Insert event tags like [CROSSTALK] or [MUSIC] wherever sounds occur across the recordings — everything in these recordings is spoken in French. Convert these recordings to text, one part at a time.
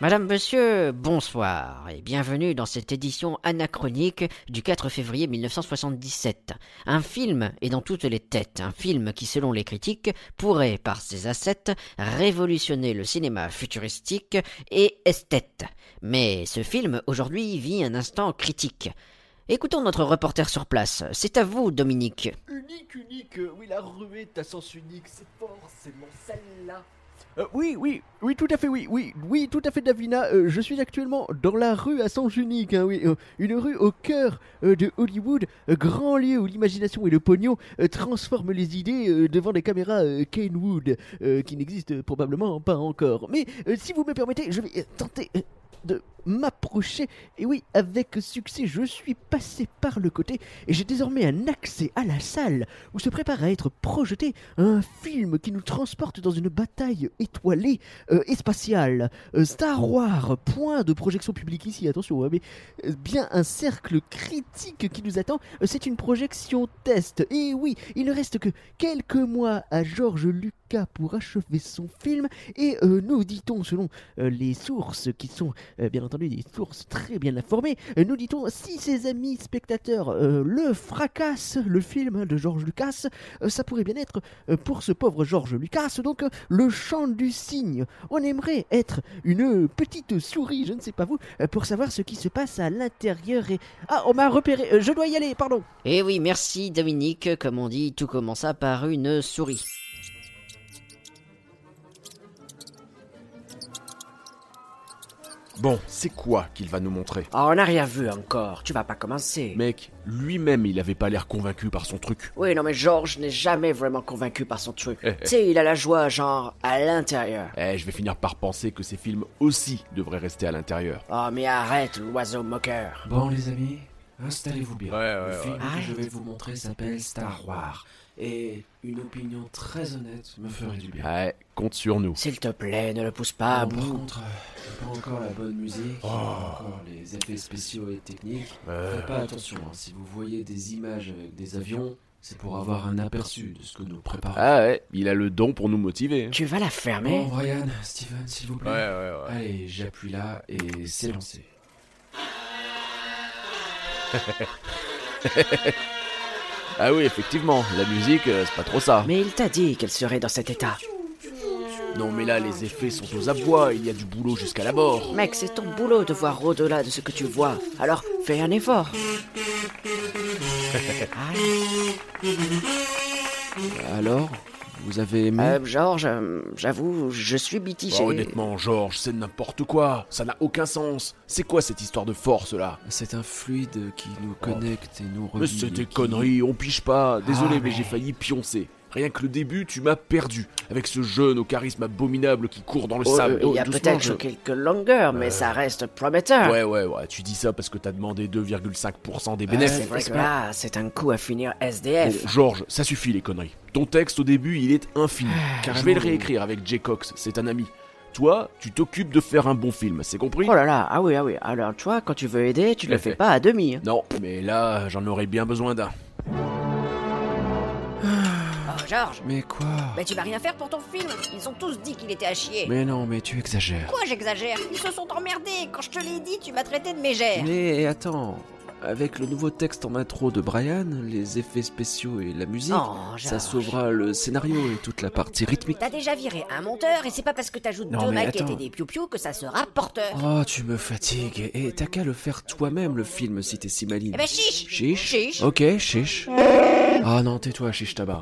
Madame, monsieur, bonsoir et bienvenue dans cette édition anachronique du 4 février 1977. Un film est dans toutes les têtes, un film qui, selon les critiques, pourrait, par ses assets, révolutionner le cinéma futuristique et esthète. Mais ce film, aujourd'hui, vit un instant critique. Écoutons notre reporter sur place. C'est à vous, Dominique. Unique, unique, euh, oui, la ruée est à sens unique, c'est forcément celle-là. Euh, oui, oui, oui, tout à fait, oui, oui, oui, tout à fait, Davina. euh, je suis actuellement dans la rue à sens unique, hein, oui, euh, une rue au cœur euh, de Hollywood, euh, grand lieu où l'imagination et le pognon euh, transforment les idées euh, devant des caméras euh, Kenwood, euh, qui n'existent probablement pas encore. Mais euh, si vous me permettez, je vais euh, tenter euh, de m'approcher. Et oui, avec succès, je suis passé par le côté et j'ai désormais un accès à la salle où se prépare à être projeté un film qui nous transporte dans une bataille étoilée euh, et spatiale. Euh, Star Wars, point de projection publique ici, attention, hein, mais euh, bien un cercle critique qui nous attend. Euh, C'est une projection test. Et oui, il ne reste que quelques mois à George Lucas pour achever son film et euh, nous dit-on selon euh, les sources qui sont euh, bien entendu des sources très bien informées, euh, nous dit-on si ses amis spectateurs euh, le fracassent, le film hein, de George Lucas, euh, ça pourrait bien être euh, pour ce pauvre George Lucas donc euh, le chant du cygne. On aimerait être une petite souris, je ne sais pas vous, euh, pour savoir ce qui se passe à l'intérieur et ah on m'a repéré, euh, je dois y aller, pardon. Eh oui, merci, Dominique. Comme on dit, tout commença par une souris. Bon, c'est quoi qu'il va nous montrer Oh, on n'a rien vu encore, tu vas pas commencer. Mec, lui-même, il avait pas l'air convaincu par son truc. Oui, non, mais Georges n'est jamais vraiment convaincu par son truc. tu sais, il a la joie, genre, à l'intérieur. Eh, je vais finir par penser que ces films aussi devraient rester à l'intérieur. Oh, mais arrête, l'oiseau moqueur. Bon les amis, installez-vous bien. Ouais, ouais, le film que Arrête. Ah, je vais vous montrer s'appelle Star Wars. Et une opinion très honnête me ferait du bien. Ouais, compte sur nous. S'il te plaît, ne le pousse pas. Ah Bon, brou- par contre, euh, j'ai pas encore la bonne musique, j'ai pas Oh. encore les effets spéciaux et techniques. Faites pas attention, hein, si vous voyez des images avec des avions, c'est pour avoir un aperçu de ce que nous préparons. Ah ouais, il a le don pour nous motiver. Tu vas la Bon, fermer Brian, Steven, s'il vous plaît. Ah, ouais, Allez, j'appuie là et c'est lancé. Ah oui, effectivement, la musique, euh, c'est pas trop ça. Mais il t'a dit qu'elle serait dans cet état. Non mais là, les effets sont aux abois, il y a du boulot jusqu'à la mort. Mec, c'est ton boulot de voir au-delà de ce que tu vois. Alors, fais un effort. [LAUGHS] Alors, vous avez aimé Euh, Georges, euh, j'avoue, je suis Bah, mitigé. honnêtement, Georges, c'est n'importe quoi. Ça n'a aucun sens. C'est quoi cette histoire de force là C'est un fluide qui nous connecte et nous relie. Oh. Mais c'est des et qui- conneries, on pige pas. Désolé, Ah, mais j'ai failli pioncer. Rien que le début, tu m'as perdu. Avec ce jeune au charisme abominable qui court dans le Oh, sable. euh, il y a Oh, doucement, peut-être je- quelques longueurs, mais ça reste prometteur. Ouais, ouais, ouais, tu dis ça parce que t'as demandé 2,5% des Ah, bénéfices. C'est vrai que là, c'est un coup à finir SDF. Bon, Georges, ça suffit les conneries. Ton texte au début, il est infini. Ah, Je vais le carrément. réécrire avec Jay Cox, c'est un ami. Toi, tu t'occupes de faire un bon film, c'est compris Oh là là, ah oui, ah oui. Alors, toi, quand tu veux aider, tu le fais pas à demi. hein. Non, mais là, j'en aurais bien besoin d'un. Oh Georges, Mais quoi mais tu vas rien faire pour ton film. Ils ont tous dit qu'il était à chier. Mais non, mais tu exagères. Pourquoi j'exagère Ils se sont emmerdés. Quand je te l'ai dit, tu m'as traité de mégère. Mais attends, avec le nouveau texte en intro de Brian, les effets spéciaux et la musique, Oh, ça Georges. sauvera le scénario et toute la partie rythmique. T'as déjà viré un monteur et c'est pas parce que t'ajoutes Non, deux mais maquettes attends. et des piou que ça sera porteur. Oh, tu me fatigues. Et t'as qu'à le faire toi-même, le film, si t'es si maligne. Eh ben chiche Chiche Chiche Ok, chiche. Ah non, tais-toi, chiche tabac.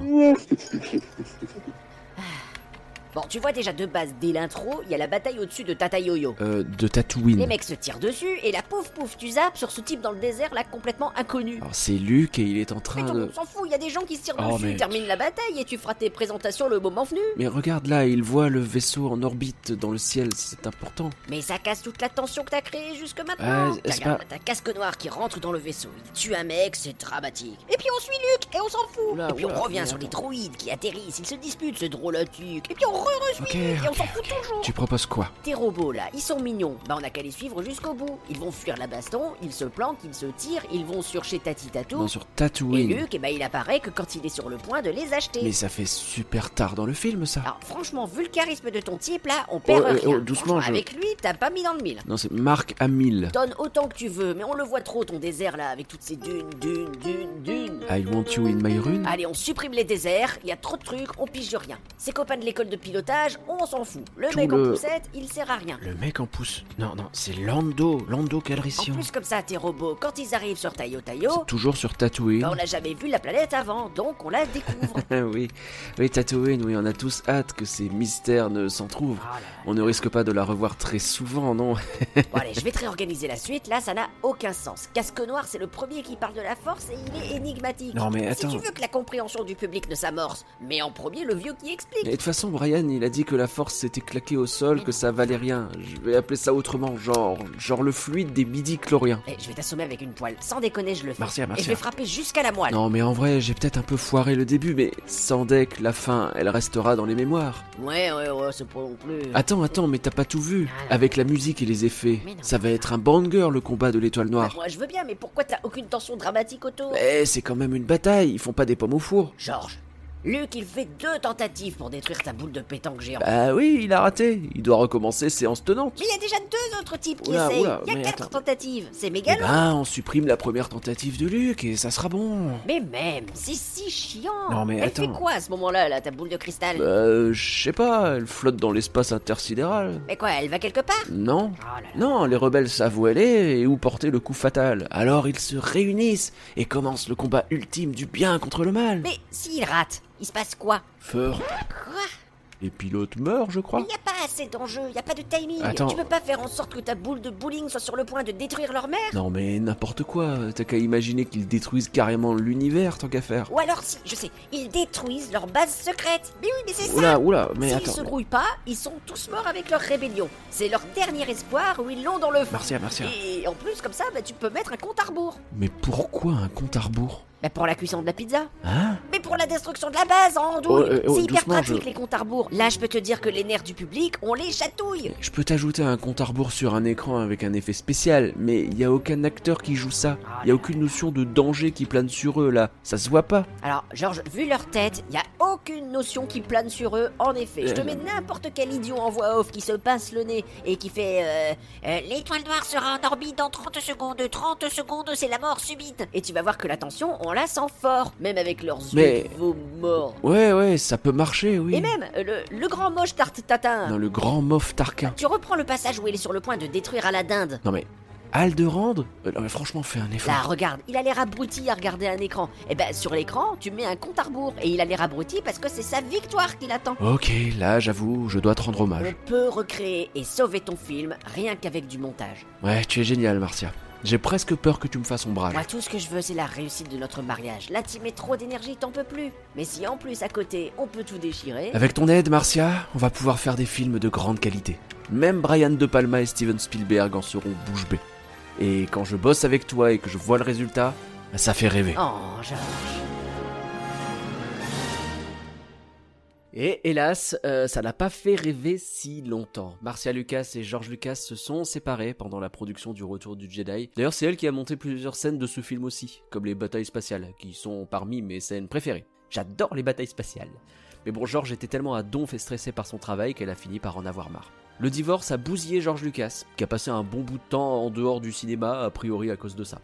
Bon, tu vois déjà de base, dès l'intro, il y a la bataille au-dessus de Tata Yo-Yo. Euh, de Les Tatooine. mecs se tirent dessus et la pouf pouf, tu zappes sur ce type dans le désert là complètement inconnu. Alors c'est Luc et il est en Mais train tout le de... monde s'en fout, il y a des gens qui se tirent Ah, euh, Oh, dessus, mais- termine la bataille et tu feras tes présentations le moment venu. Mais regarde là, il voit le vaisseau en orbite dans le ciel, c'est important. Mais ça casse toute la tension que t'as créée jusque Ah, maintenant. c'est T'as pas- t'as casque noir qui rentre dans le vaisseau. Il tue un mec, c'est dramatique. Et puis on suit Luc et on s'en fout. Oula, et puis oula, on revient mais sur les attends. droïdes qui atterrissent. Ils se disputent, ce drôle de truc. Et puis on toujours heureuses, Ok, oui, oui, et on ok, s'en fout toujours. Tu proposes quoi Tes robots là, ils sont mignons. Bah on a qu'à les suivre jusqu'au bout. Ils vont fuir la baston, ils se planquent, ils se tirent, ils vont sur chez Tati Tatou. Non, sur Et Tatooine. Luc, eh ben, il apparaît que quand il est sur le point de les acheter. Mais ça fait super tard dans le film, ça. Alors franchement, vu le charisme de ton type là, on perd euh, rien. oh, doucement, Franchement, je- Avec lui, t'as pas mis dans le mille. Non, c'est Marc Hamill. Donne autant que tu veux, mais on le voit trop ton désert là, avec toutes ces dunes, dunes, dunes, dunes. I want you in my rune. Allez, on supprime les déserts, il y a trop de trucs, on pige de rien. Ses copains de l'école de pilotage, on s'en fout. Le Tout mec le- en poussette, il sert à rien. Le mec en pousse. Non, non, c'est Lando. Lando En Calrissian. plus, comme ça, tes robots, quand ils arrivent sur Tayo C'est Tayo, toujours sur Tatooine. bah, on n'a jamais vu la planète avant, donc on la découvre. [LAUGHS] Ah oui, oui, Tatooine, oui, on a tous hâte que ces mystères ne s'entrouvent. Ah là là. On ne risque pas de la revoir très souvent, [LAUGHS] non Bon, allez, je vais te réorganiser la suite, là, ça n'a aucun sens. Casque Noir, c'est le premier qui parle de la force et il est énigmatique. Non, mais attends. Si tu veux que la compréhension du public ne s'amorce, mais en premier, le vieux qui explique. Et de toute façon, Brian, il a dit que la force s'était claquée au sol, que ça valait rien. Je vais appeler ça autrement, genre, genre le fluide des midi-chloriens. Eh, je vais t'assommer avec une poêle, sans déconner, je le fais. Marcia, Et Marcia. je vais frapper jusqu'à la moelle. Ah, Non, mais en vrai, j'ai peut-être un peu foiré le début, mais sans deck, la fin, elle restera dans les mémoires. Ouais, ouais, ouais, c'est pas non plus. Ah, Attends, attends, mais t'as pas tout vu. Avec la musique et les effets, Mais non. ça va être un banger le combat de l'étoile Bah, noire. moi, je veux bien, mais pourquoi t'as aucune tension dramatique autour Mais c'est quand même une bataille, ils font pas des pommes au four. Georges, Luc, il fait deux tentatives pour détruire ta boule de pétanque géante. Bah oui, il a raté. Il doit recommencer séance tenante. Mais il y a déjà deux autres types qui Oula, essayent. oula, il y a mais quatre attends. tentatives. C'est Eh méga long. ben, on supprime la première tentative de Luc et ça sera bon. Mais même, c'est si chiant. Non, mais Elle attends. fait quoi à ce moment-là, là, ta boule de cristal Bah, euh, je sais pas, elle flotte dans l'espace intersidéral. Mais quoi, elle va quelque part Non Oh là là. Non, les rebelles savent où elle est et où porter le coup fatal. Alors ils se réunissent et commencent le combat ultime du bien contre le mal. Mais s'il rate, il se passe quoi Feur, Quoi les pilotes meurent, je Mais crois. y a pas assez d'enjeux, y a pas de timing. Oh. Attends. Tu peux pas faire en sorte que ta boule de bowling soit sur le point de détruire leur mère Non mais n'importe quoi, t'as qu'à imaginer qu'ils détruisent carrément l'univers tant qu'à faire. Ou alors si, je sais, ils détruisent leur base secrète. Mais oui, mais c'est ça. Oula, oula, mais S'ils attends. se grouillent pas, ils sont tous morts avec leur rébellion. C'est leur dernier espoir où ils l'ont dans le feu. Marcia, Marcia. Et en plus, comme ça, bah, tu peux mettre un compte à rebours. Mais pourquoi un compte à rebours Bah, pour la cuisson de la pizza. Hein Mais pour la destruction de la base, en andouille. Oh, euh, oh, c'est hyper doucement, pratique, je- les comptes à rebours. Là, je peux te dire que les nerfs du public, on les chatouille. Je peux t'ajouter un compte à rebours sur un écran avec un effet spécial, mais il y a aucun acteur qui joue ça. Ah Il y a aucune notion de danger qui plane sur eux là. Ça se voit pas. Alors, Georges, vu leur tête, y a aucune notion qui plane sur eux. En effet, je te Euh. mets n'importe quel idiot en voix off qui se passe le nez et qui fait euh, euh, L'étoile noire sera en orbite dans 30 secondes, 30 secondes, c'est la mort subite. Et tu vas voir que la tension, on la sent fort, même avec leurs Mais- yeux de vos morts. Ouais, ouais, ça peut marcher, oui. Et même, euh, le, le grand moche tarte tatin. Dans le grand Moff Tarkin. Tu reprends le passage où il est sur le point de détruire à la dinde. Non mais Alderand Euh, Non mais franchement, fais un Là, effort. regarde, il a l'air abruti à regarder un écran. Et ben, sur l'écran, tu mets un compte à rebours et il a l'air abruti parce que c'est sa victoire qu'il attend. Ok, là, j'avoue, je dois te rendre On hommage. peut recréer et sauver ton film rien qu'avec du montage. Ouais, tu es génial, Marcia. J'ai presque peur que tu me fasses ombrage. Moi, tout ce que je veux, c'est la réussite de notre mariage. Là, t'y mets trop d'énergie, t'en peux plus. Mais si en plus, à côté, on peut tout déchirer. Avec ton aide, Marcia, on va pouvoir faire des films de grande qualité. Même Brian De Palma et Steven Spielberg en seront bouche bée. Et quand je bosse avec toi et que je vois le résultat, bah, ça fait rêver. Oh, Georges. Et hélas, euh, ça n'a pas fait rêver si longtemps. Marcia Lucas et George Lucas se sont séparés pendant la production du Retour du Jedi. D'ailleurs, c'est elle qui a monté plusieurs scènes de ce film aussi, comme les batailles spatiales, qui sont parmi mes scènes préférées. J'adore les batailles spatiales. Mais bon, George était tellement à donf et stressé par son travail qu'elle a fini par en avoir marre. Le divorce a bousillé George Lucas, qui a passé un bon bout de temps en dehors du cinéma, a priori à cause de ça.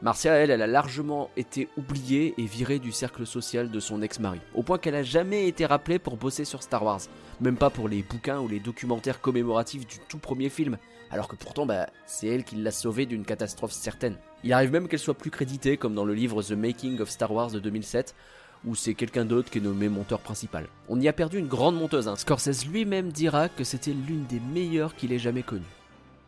Marcia, elle, elle a largement été oubliée et virée du cercle social de son ex-mari, au point qu'elle a jamais été rappelée pour bosser sur Star Wars, même pas pour les bouquins ou les documentaires commémoratifs du tout premier film, alors que pourtant, bah, c'est elle qui l'a sauvée d'une catastrophe certaine. Il arrive même qu'elle soit plus créditée, comme dans le livre The Making of Star Wars de 2007, où c'est quelqu'un d'autre qui est nommé monteur principal. On y a perdu une grande monteuse, hein. Scorsese lui-même dira que c'était l'une des meilleures qu'il ait jamais connue.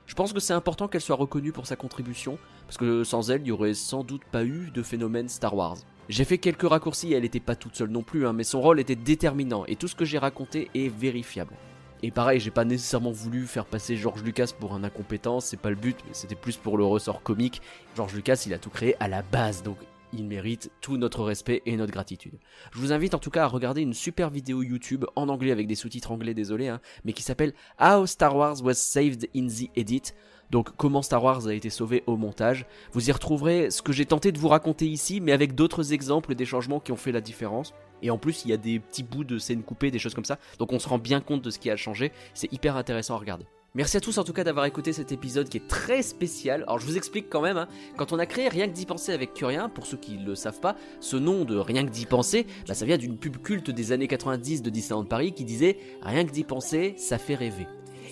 Je pense que c'est important qu'elle soit reconnue pour sa contribution, parce que sans elle, il n'y aurait sans doute pas eu de phénomène Star Wars. J'ai fait quelques raccourcis, elle n'était pas toute seule non plus, hein, mais son rôle était déterminant, et tout ce que j'ai raconté est vérifiable. Et pareil, j'ai pas nécessairement voulu faire passer George Lucas pour un incompétent, c'est pas le but, mais c'était plus pour le ressort comique. George Lucas, il a tout créé à la base, donc il mérite tout notre respect et notre gratitude. Je vous invite en tout cas à regarder une super vidéo YouTube en anglais avec des sous-titres anglais, désolé, hein, mais qui s'appelle How Star Wars Was Saved in the Edit. Donc comment Star Wars a été sauvé au montage. Vous y retrouverez ce que j'ai tenté de vous raconter ici, mais avec d'autres exemples des changements qui ont fait la différence. Et en plus, il y a des petits bouts de scènes coupées, des choses comme ça. Donc on se rend bien compte de ce qui a changé. C'est hyper intéressant à regarder. Merci à tous en tout cas d'avoir écouté cet épisode qui est très spécial. Alors je vous explique quand même, hein. quand on a créé Rien que d'y penser avec Curien, pour ceux qui ne le savent pas, ce nom de Rien que d'y penser, bah, ça vient d'une pub culte des années 90 de Disneyland Paris qui disait Rien que d'y penser, ça fait rêver.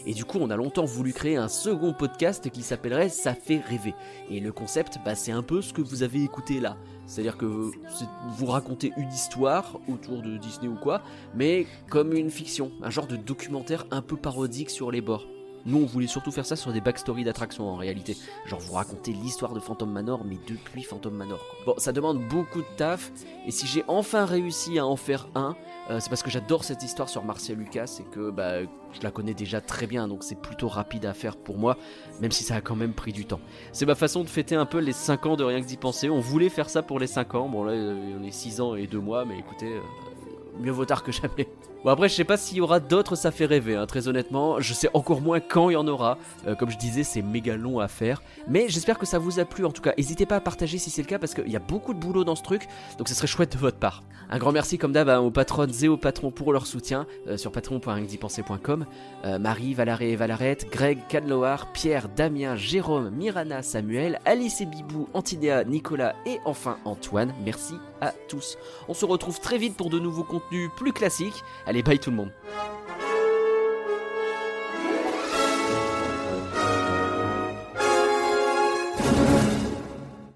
Et du coup, on a longtemps voulu créer un second podcast qui s'appellerait Ça fait rêver. Et le concept, bah, c'est un peu ce que vous avez écouté là. C'est-à-dire que c'est- vous racontez une histoire autour de Disney ou quoi, mais comme une fiction, un genre de documentaire un peu parodique sur les bords. Nous, on voulait surtout faire ça sur des backstories d'attractions en réalité. Genre vous raconter l'histoire de Phantom Manor, mais depuis Phantom Manor. quoi. Bon, ça demande beaucoup de taf, et si j'ai enfin réussi à en faire un, euh, c'est parce que j'adore cette histoire sur Marcia Lucas et que bah, je la connais déjà très bien, donc c'est plutôt rapide à faire pour moi, même si ça a quand même pris du temps. C'est ma façon de fêter un peu les 5 ans de rien que d'y penser. On voulait faire ça pour les 5 ans, bon là euh, on est 6 ans et 2 mois, mais écoutez, euh, mieux vaut tard que jamais. Bon après je sais pas s'il y aura d'autres, ça fait rêver, hein, très honnêtement, je sais encore moins quand il y en aura, Euh, comme je disais c'est méga long à faire, mais j'espère que ça vous a plu en tout cas, n'hésitez pas à partager si c'est le cas parce qu'il y a beaucoup de boulot dans ce truc, donc ce serait chouette de votre part. Un grand merci comme d'hab hein, aux patronnes et aux patrons pour leur soutien euh, sur patreon.rienquedipenser.com. Euh, Marie, Valaré et Valarette, Greg, Cadloar, Pierre, Damien, Jérôme, Mirana, Samuel, Alice et Bibou, Antinéa, Nicolas et enfin Antoine. Merci à tous. On se retrouve très vite pour de nouveaux contenus plus classiques. Allez, bye tout le monde.